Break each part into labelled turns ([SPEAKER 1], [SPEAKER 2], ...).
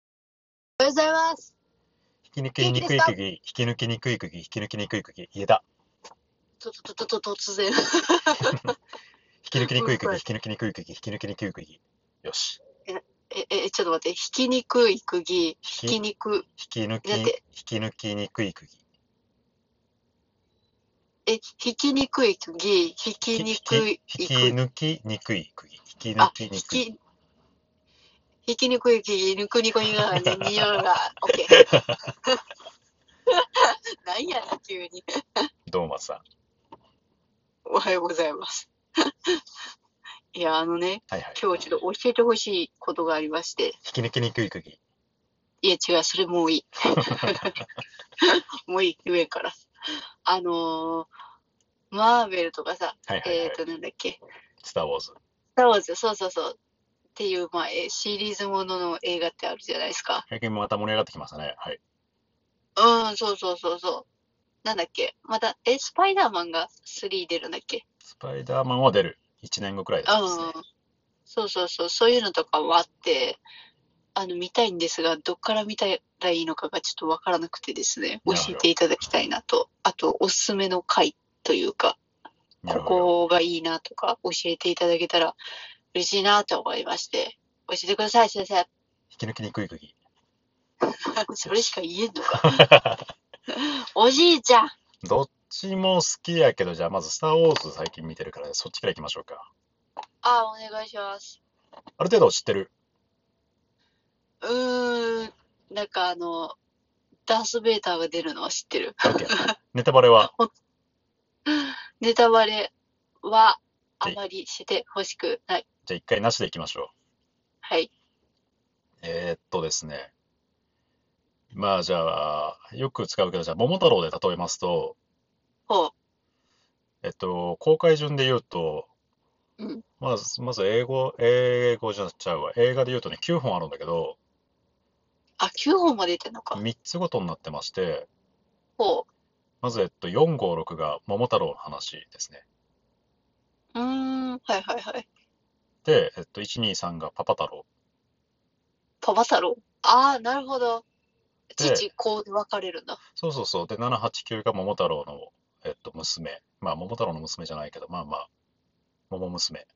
[SPEAKER 1] ようございます。
[SPEAKER 2] 引き抜けにくい釘、引き抜けにくい釘、引き抜けにくい釘、言えた。
[SPEAKER 1] と、と、と、と、と突然。
[SPEAKER 2] 引き抜けにくい釘、
[SPEAKER 1] うん
[SPEAKER 2] 引き抜けにくい釘、引き抜けにくい釘。よし。
[SPEAKER 1] え、え、ちょっと待って。ひき肉、いくぎ、ひ
[SPEAKER 2] 引き
[SPEAKER 1] き
[SPEAKER 2] 引
[SPEAKER 1] 肉、
[SPEAKER 2] き抜き、
[SPEAKER 1] だっ
[SPEAKER 2] 引
[SPEAKER 1] て
[SPEAKER 2] き抜きにくい釘。
[SPEAKER 1] え、ひき肉、いくぎ、ひき
[SPEAKER 2] 引
[SPEAKER 1] 肉、い
[SPEAKER 2] き引き
[SPEAKER 1] く、
[SPEAKER 2] 抜きにくい釘。引き抜
[SPEAKER 1] あ、
[SPEAKER 2] き
[SPEAKER 1] ひ
[SPEAKER 2] にくい。
[SPEAKER 1] き、ひき肉、いくぎ、ぬくにこにが、 ににおら、オッケー。 なんや、急に。
[SPEAKER 2] どうもさん。
[SPEAKER 1] おはようございます。 いや、あのね、
[SPEAKER 2] はいはい。
[SPEAKER 1] 今日ちょっと教えてほしいことがありまして。
[SPEAKER 2] 引き抜けにくい釘。
[SPEAKER 1] いや、違う、それもういい。 もういい、言えんから。あのー、マーベルとかさ、
[SPEAKER 2] はいはいは
[SPEAKER 1] え
[SPEAKER 2] い
[SPEAKER 1] っ。と、なんだっけ、
[SPEAKER 2] スター・ウォーズ。
[SPEAKER 1] スター・ウォーズ、そうそうそう、っていう、まあ、えシリーズものの映画ってあるじゃないですか。
[SPEAKER 2] 最近また盛り上がってきましたね。はい。
[SPEAKER 1] うん、そうそうそうそう。なんだっけ、また、え、スパイダーマンが3出るんだっけ。
[SPEAKER 2] スパイダーマンは出る。1年後くらいで
[SPEAKER 1] う
[SPEAKER 2] すね
[SPEAKER 1] ん。。そうそうそう、そういうのとかもあって、あの、見たいんですが、どっから見たらいいのかがちょっとわからなくてですね、教
[SPEAKER 2] なるほど
[SPEAKER 1] えていただきたいなと、あと、おすすめの回というか、
[SPEAKER 2] な
[SPEAKER 1] こ
[SPEAKER 2] るほど。
[SPEAKER 1] こがいいなとか教えていただけたら嬉しいなと思いまして、教えてください、先生。
[SPEAKER 2] 引き抜きにくい釘。
[SPEAKER 1] それしか言えんのか。 おじいちゃん。
[SPEAKER 2] どっちも好きやけど、じゃあまずスター・ウォーズ最近見てるから、そっちから行きましょうか。
[SPEAKER 1] あ、お願いします。
[SPEAKER 2] ある程度知ってる。
[SPEAKER 1] うーん、なんかあの、ダース・ベイターが出るのは知ってる。
[SPEAKER 2] OK ネタバレは
[SPEAKER 1] ネタバレはあまりしてほしくない。
[SPEAKER 2] じゃあ一回なしでいきましょう。
[SPEAKER 1] はい。
[SPEAKER 2] えーっとですね。まあじゃあ、よく使うけど、じゃあ、桃太郎で例えますと、
[SPEAKER 1] ほ
[SPEAKER 2] えっと、公開順で言うと、
[SPEAKER 1] う。うん。
[SPEAKER 2] まず、まず英語、英語じゃちゃうわ。映画で言うとね、9本あるんだけど、
[SPEAKER 1] あ、9本も出てんのか。
[SPEAKER 2] 3つごとになってまして、
[SPEAKER 1] ほ
[SPEAKER 2] まず、えっと、4、5、6が桃太郎の話ですね。
[SPEAKER 1] う。うーん。はいはいはい。
[SPEAKER 2] で、えっと、1、2、3がパパ太郎。
[SPEAKER 1] パパ太郎。ああ、なるほど。
[SPEAKER 2] で
[SPEAKER 1] 父子で分かれるんだ。
[SPEAKER 2] そうそうそう。で、7、8、9が桃太郎の、えっと、娘。まあ、桃太郎の娘じゃないけど、まあまあ、桃娘。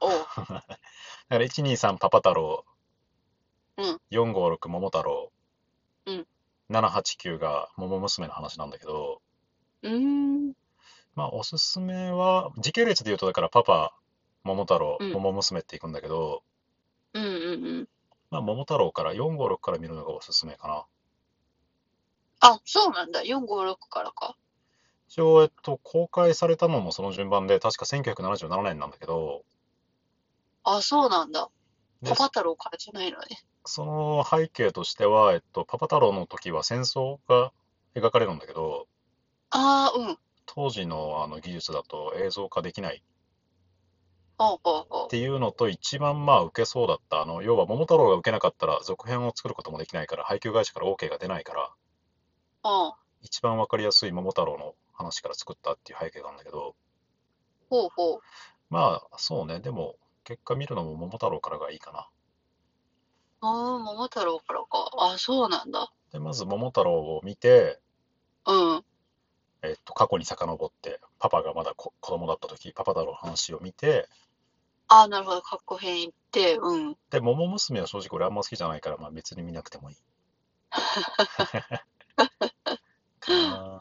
[SPEAKER 1] おう。
[SPEAKER 2] だから123パパ太郎、
[SPEAKER 1] うん
[SPEAKER 2] 456桃太郎、
[SPEAKER 1] うん
[SPEAKER 2] 789が桃娘の話なんだけど、
[SPEAKER 1] うーん。
[SPEAKER 2] まあおすすめは、時系列で言うとだからパパ、桃太郎、
[SPEAKER 1] うん
[SPEAKER 2] 桃娘っていくんだけど、
[SPEAKER 1] うんうんうん。
[SPEAKER 2] まあ桃太郎から456から見るのがおすすめかな。
[SPEAKER 1] あ、そうなんだ。456からか。
[SPEAKER 2] 一応、えっと、公開されたのもその順番で、確か1977年なんだけど、
[SPEAKER 1] あ、そうなんだ。
[SPEAKER 2] で
[SPEAKER 1] パパ太郎からじゃないのね。
[SPEAKER 2] その背景としては、えっと、パパ太郎の時は戦争が描かれるんだけど、
[SPEAKER 1] ああ、うん。
[SPEAKER 2] 当時のあの技術だと映像化できない
[SPEAKER 1] ほうほうほ
[SPEAKER 2] っていうのと一番まあ受けそうだったあの要は桃太郎が受けなかったら続編を作ることもできないから配給会社から OK が出ないから
[SPEAKER 1] う。うん。
[SPEAKER 2] 一番わかりやすい桃太郎の話から作ったっていう背景があるんだけど
[SPEAKER 1] ほうほう。
[SPEAKER 2] まあそうねでも結果見るのも桃太郎からがいいかな
[SPEAKER 1] ああ、桃太郎からか。あ、そうなんだ。
[SPEAKER 2] でまず桃太郎を見て、
[SPEAKER 1] うん。
[SPEAKER 2] えっと、過去に遡ってパパがまだ子子供だった時パパ太郎の話を見て
[SPEAKER 1] ああ、なるほど。過去編行って、うん。
[SPEAKER 2] で桃娘は正直俺あんま好きじゃないから、まあ、別に見なくてもいい かな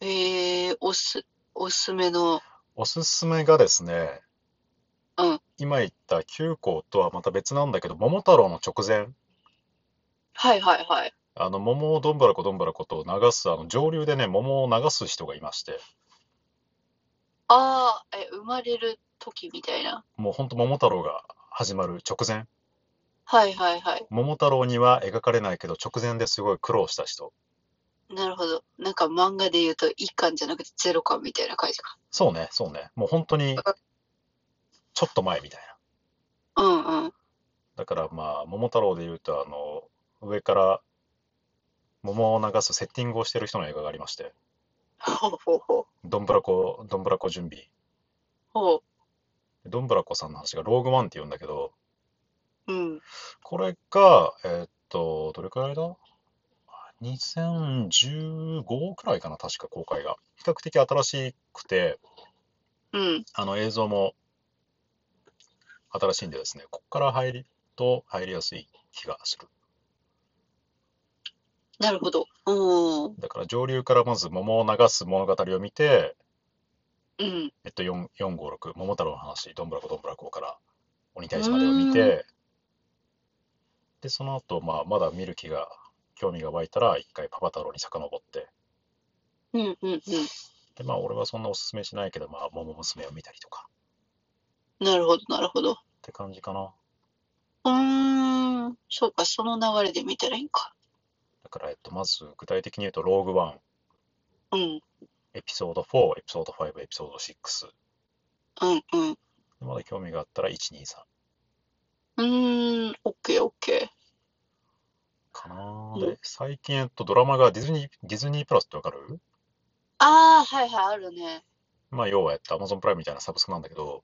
[SPEAKER 1] ええおす、おすすめの。
[SPEAKER 2] おすすめがですね、
[SPEAKER 1] うん
[SPEAKER 2] 今言った九校とはまた別なんだけど、桃太郎の直前、
[SPEAKER 1] はいはいはい。
[SPEAKER 2] あの桃をどんぶらこどんぶらこと流す、あの上流でね、桃を流す人がいまして、
[SPEAKER 1] ああ、え、生まれる時みたいな。
[SPEAKER 2] もうほんと桃太郎が始まる直前、
[SPEAKER 1] はいはいはい。
[SPEAKER 2] 桃太郎には描かれないけど、直前ですごい苦労した人。
[SPEAKER 1] なるほど。なんか漫画で言うと1巻じゃなくて0巻みたいな感じか。
[SPEAKER 2] そうね、そうね、もう本当にちょっと前みたい
[SPEAKER 1] う
[SPEAKER 2] な。
[SPEAKER 1] んうん。
[SPEAKER 2] だからまあ、桃太郎で言うと、あの、上から桃を流すセッティングをしてる人の映画がありまして、
[SPEAKER 1] ほうほうほう。
[SPEAKER 2] どんぶらこ、どんぶらこ準備。
[SPEAKER 1] ほ
[SPEAKER 2] ドンブラコさんの話がローグワンって言うんだけど、
[SPEAKER 1] う。うん。
[SPEAKER 2] これが、えーっと、どれくらいだ ?2015 くらいかな、確か公開が。比較的新しくて、
[SPEAKER 1] うん。
[SPEAKER 2] あの映像も新しいんでですね、ここから入りと入りやすい気がする。
[SPEAKER 1] なるほど。うん。
[SPEAKER 2] だから上流からまず桃を流す物語を見て、
[SPEAKER 1] うん。
[SPEAKER 2] えっと、4、4、5、6、桃太郎の話、どんぶらこどんぶらこから鬼退治までを見て、で、その後、まあ、まだ見る気が、興味が湧いたら、一回パパ太郎に遡って、
[SPEAKER 1] うんうんうん。
[SPEAKER 2] で、まあ、俺はそんなおすすめしないけど、まあ、桃娘を見たりとか、
[SPEAKER 1] なるほど、なるほど。
[SPEAKER 2] って感じかな。
[SPEAKER 1] うーん。そうか、その流れで見たらいいんか。
[SPEAKER 2] だから、えっと、まず、具体的に言うと、ローグワ
[SPEAKER 1] う
[SPEAKER 2] ン、
[SPEAKER 1] ん。
[SPEAKER 2] エピソード4、エピソード5、エピソード6。
[SPEAKER 1] うんうん。
[SPEAKER 2] でまだ興味があったら、1、2、3
[SPEAKER 1] うーん。オッケーオッケ
[SPEAKER 2] か
[SPEAKER 1] う
[SPEAKER 2] な。
[SPEAKER 1] ん
[SPEAKER 2] で、最近、えっと、ドラマがディズニー、ディズニープラスってわかる
[SPEAKER 1] ー。ああ、はいはい、あるね。
[SPEAKER 2] まあ、要は、えっと、Amazon プライムみたいなサブスクなんだけど、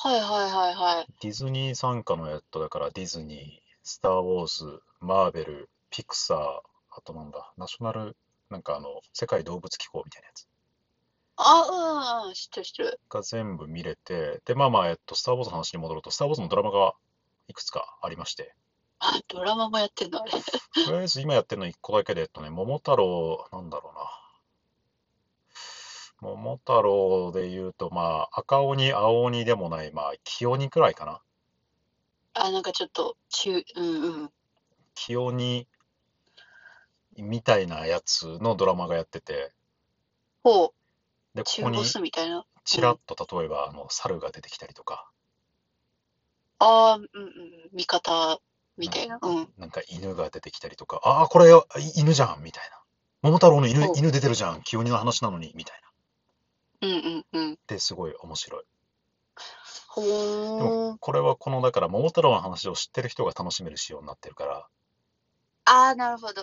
[SPEAKER 1] はいはいはいはい。
[SPEAKER 2] ディズニー傘下の、えっと、だからディズニー、スター・ウォーズ、マーベル、ピクサー、あとなんだ、ナショナル、なんかあの、世界動物機構みたいなやつ
[SPEAKER 1] あ、うんうん。知ってる知ってる。
[SPEAKER 2] が全部見れて、で、まあまあ、えっと、スター・ウォーズの話に戻ると、スター・ウォーズのドラマがいくつかありまして、
[SPEAKER 1] あ、ドラマもやってんの、あれ。
[SPEAKER 2] とりあえず今やってるの1個だけで、えっとね、桃太郎、なんだろうな。桃太郎で言うと、まあ、赤鬼、青鬼でもない、まあ、清鬼くらいかな。
[SPEAKER 1] あ、なんかちょっと、中、うんうん。
[SPEAKER 2] 清鬼みたいなやつのドラマがやってて、
[SPEAKER 1] ほう、
[SPEAKER 2] で、こ
[SPEAKER 1] 中
[SPEAKER 2] こに
[SPEAKER 1] ボスみたいな。
[SPEAKER 2] ちらっと例えばあの猿が出てきたりとか、
[SPEAKER 1] ああ、うんうん。味方みたいな。うん。
[SPEAKER 2] なんか犬が出てきたりとか、ああ、これよい犬じゃんみたいな。桃太郎の犬
[SPEAKER 1] う、ん
[SPEAKER 2] 犬出てるじゃん、清鬼の話なのにみたいな。
[SPEAKER 1] うんうんうん。
[SPEAKER 2] で、すごい面白い。
[SPEAKER 1] ほう。
[SPEAKER 2] これはこの、だから桃太郎の話を知ってる人が楽しめる仕様になってるか
[SPEAKER 1] ああ、なるほど。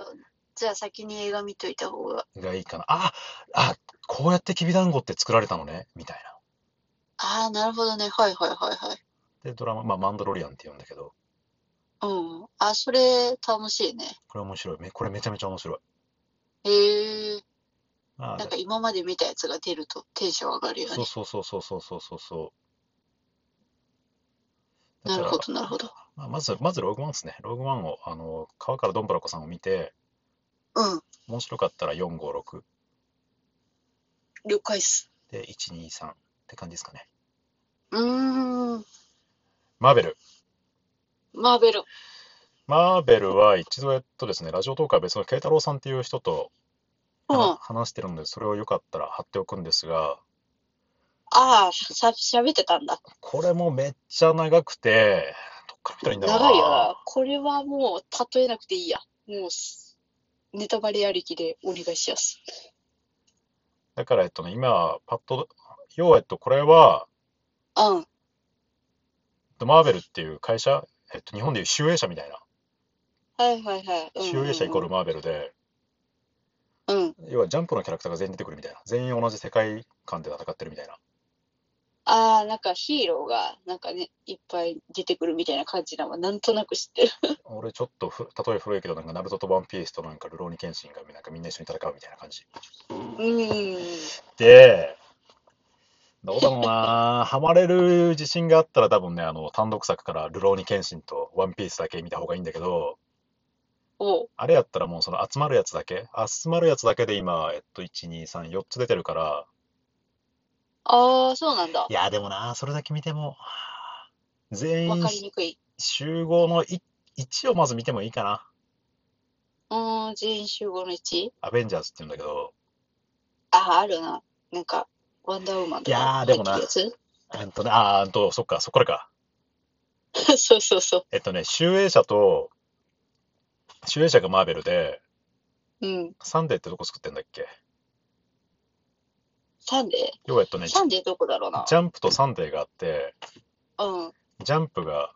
[SPEAKER 1] じゃあ先に映画見といた方が。
[SPEAKER 2] ら、がいいかな。ああ、こうやってきびだんごって作られたのね、みたい
[SPEAKER 1] ああ、なるほどね。はいはいはいはい。
[SPEAKER 2] な。で、ドラマ、まあ、マンドロリアンって言うんだけど、
[SPEAKER 1] うん。あ、それ楽しいね。
[SPEAKER 2] これ面白い。めこれめちゃめちゃ面白い。
[SPEAKER 1] へえ。
[SPEAKER 2] まあ
[SPEAKER 1] なんか今まで見たやつが出るとテンション上がるよ
[SPEAKER 2] そう
[SPEAKER 1] ね。
[SPEAKER 2] そうそうそうそうそうそうそう。だ
[SPEAKER 1] なる
[SPEAKER 2] から
[SPEAKER 1] ほ、どなるほど。
[SPEAKER 2] まあ、まず、まずローグワンですね。ローグワンを、あの、川からどんぶらこさんを見て、
[SPEAKER 1] うん。
[SPEAKER 2] 面白かったら4、5、6
[SPEAKER 1] 了解っす。
[SPEAKER 2] で、1、2、3って感じですかね。
[SPEAKER 1] うーん。
[SPEAKER 2] マーベル。
[SPEAKER 1] マーベル。
[SPEAKER 2] マーベルは一度、えっとですね、ラジオトークは別の慶太郎さんっていう人と
[SPEAKER 1] うん。
[SPEAKER 2] は
[SPEAKER 1] あ
[SPEAKER 2] な話してるので、それをよかったら貼っておくんですが、
[SPEAKER 1] あ、さ、喋ってたんだ。
[SPEAKER 2] これもめっちゃ長くて、どっから見たらいいんだろう
[SPEAKER 1] 長いよな。これはもう例えなくていいや。もうす、ネタバレありきでお願いしやす。
[SPEAKER 2] だから、えっとね、今、パッと、要は、えっと、これは、
[SPEAKER 1] うん。
[SPEAKER 2] マーベルっていう会社、えっと、日本でいう集英社みたいな。
[SPEAKER 1] はいはいはい。うん
[SPEAKER 2] 集英社イコールマーベルで、
[SPEAKER 1] うんうん。
[SPEAKER 2] 要はジャンプのキャラクターが全員出てくるみたいな。全員同じ世界観で戦ってるみたいな。
[SPEAKER 1] ああ、なんかヒーローが、なんかね、いっぱい出てくるみたいな感じなのは、なんとなく知ってる。
[SPEAKER 2] 俺ちょっとふ、例え古いけど、なんかナルトとワンピースとなんかルローニケンシンがなんかみんな一緒に戦うみたいな感じ。
[SPEAKER 1] うん。
[SPEAKER 2] で、どうだろうなハマれる自信があったら多分ね、あの、単独作からルローニケンシンとワンピースだけ見た方がいいんだけど、
[SPEAKER 1] おう。
[SPEAKER 2] あれやったらもうその集まるやつだけ、集まるやつだけで今、えっと、1、2、3、4つ出てるから、
[SPEAKER 1] ああ、そうなんだ
[SPEAKER 2] い。や、でもな、それだけ見ても、全
[SPEAKER 1] わ
[SPEAKER 2] 員
[SPEAKER 1] かりにくい。
[SPEAKER 2] 集合のい1をまず見てもいいかな。
[SPEAKER 1] うーん、全員集合の1。
[SPEAKER 2] アベンジャーズって言うんだけど、
[SPEAKER 1] ああ、あるな。なんか、ワンダーウーマンとか
[SPEAKER 2] いやーでもな
[SPEAKER 1] 入ってる
[SPEAKER 2] えっとね、あー、えっと、そっか、そっからか。
[SPEAKER 1] やつ そうそうそ
[SPEAKER 2] えっとね、集英社と、集英社がマーベルで、
[SPEAKER 1] う。うん。
[SPEAKER 2] サンデーってどこ作ってんだっけ
[SPEAKER 1] サンデ
[SPEAKER 2] 要はえっと
[SPEAKER 1] ー
[SPEAKER 2] ね、ジ
[SPEAKER 1] サンデーどこだろうな。
[SPEAKER 2] ャンプとサンデーがあって、
[SPEAKER 1] うん。
[SPEAKER 2] ジャンプが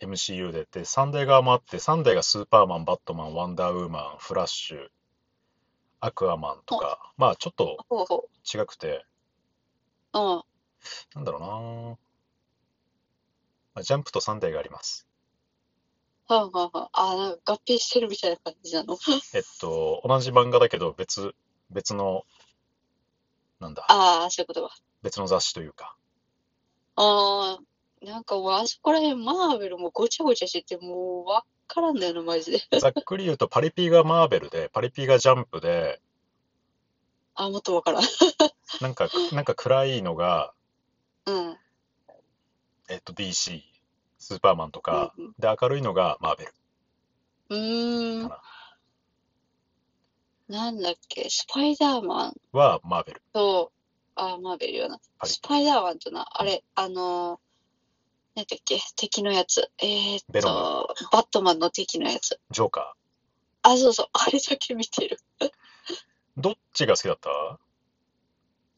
[SPEAKER 2] MCU でって、サンデー側もあって、サンデーがスーパーマン、バットマン、ワンダーウーマン、フラッシュ、アクアマンとか、まあちょっと
[SPEAKER 1] ほうほ
[SPEAKER 2] 違くて、
[SPEAKER 1] う。うん。
[SPEAKER 2] なんだろうなまあジャンプとサンデーがあります。
[SPEAKER 1] はあはあはあ。あ、なんか合併してるみたいな感じなの。
[SPEAKER 2] えっと、同じ漫画だけど別、別の、なんだ、
[SPEAKER 1] ああ、そういうことか。
[SPEAKER 2] 別の雑誌というか。
[SPEAKER 1] ああ、なんかもうあそこら辺マーベルもごちゃごちゃしてて、もうわっからんだよな、マジで。
[SPEAKER 2] ざっくり言うと、パリピがマーベルで、パリピがジャンプで、
[SPEAKER 1] あ、もっとわからん。
[SPEAKER 2] なんか、なんか暗いのが、
[SPEAKER 1] うん。
[SPEAKER 2] えっと、DC、スーパーマンとか、で、明るいのがマーベル
[SPEAKER 1] うん。うーん。
[SPEAKER 2] かな。
[SPEAKER 1] なんだっけ、スパイダーマン
[SPEAKER 2] は、マーベル。
[SPEAKER 1] と、あ、マーベルよな。
[SPEAKER 2] パリ
[SPEAKER 1] ス
[SPEAKER 2] ピ。
[SPEAKER 1] パイダーマンとな、あれ、あのー、なんだっけ、敵のやつ。えーっ
[SPEAKER 2] ベノ
[SPEAKER 1] と、バットマンの敵のやつ。
[SPEAKER 2] ジョーカ
[SPEAKER 1] あ、そうそう、あれだけ見てる。
[SPEAKER 2] ー。どっちが好きだった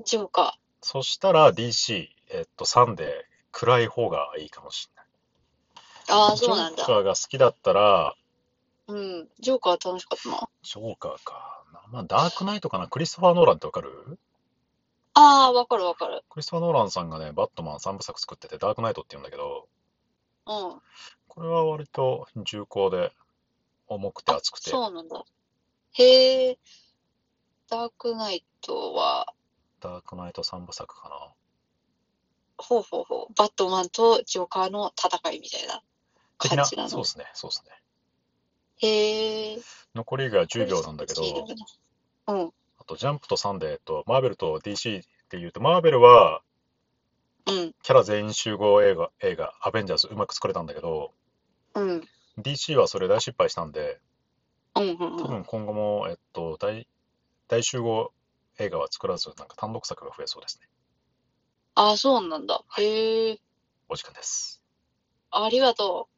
[SPEAKER 1] ジョーカ
[SPEAKER 2] そしたら DC、えっと、サンデー、暗い方がいいかもしれ
[SPEAKER 1] ー。
[SPEAKER 2] ない。
[SPEAKER 1] ああ、そうなんだ
[SPEAKER 2] ジョ。ーカーが好きだったら、
[SPEAKER 1] うん。ジョーカー楽しかったな。
[SPEAKER 2] ジョーカーか。まあ、ダークナイトかな。クリストファー・ノーランってわかる
[SPEAKER 1] ああ、わかるわかる。
[SPEAKER 2] クリストファー・ノーランさんがね、バットマン3部作作ってて、ダークナイトって言うんだけど、
[SPEAKER 1] うん。
[SPEAKER 2] これは割と重厚で、重くて熱くて、
[SPEAKER 1] そうなんだ。へえ。ダークナイトは、
[SPEAKER 2] ダークナイト3部作かな。
[SPEAKER 1] ほうほうほう。バットマンとジョーカーの戦いみたいな
[SPEAKER 2] 的な、
[SPEAKER 1] 感じな
[SPEAKER 2] そう
[SPEAKER 1] の。
[SPEAKER 2] ですね、そうですね。
[SPEAKER 1] へえ。
[SPEAKER 2] 残りが10秒なんだけ
[SPEAKER 1] これ好
[SPEAKER 2] ど
[SPEAKER 1] き、だなうん。
[SPEAKER 2] あとジャンプとサンデーと、マーベルと DC って言うと、マーベルは
[SPEAKER 1] うん。
[SPEAKER 2] キャラ全員集合映画、映画、アベンジャーズうまく作れたんだけど、
[SPEAKER 1] うん。
[SPEAKER 2] DC はそれ大失敗したんで、
[SPEAKER 1] うん。うん
[SPEAKER 2] 多
[SPEAKER 1] うん。
[SPEAKER 2] 分今後も、えっと、大、大集合映画は作らず、なんか単独作が増えそうですね。
[SPEAKER 1] ああ、そうなんだ。へえ。
[SPEAKER 2] お時間です。
[SPEAKER 1] ありがとう。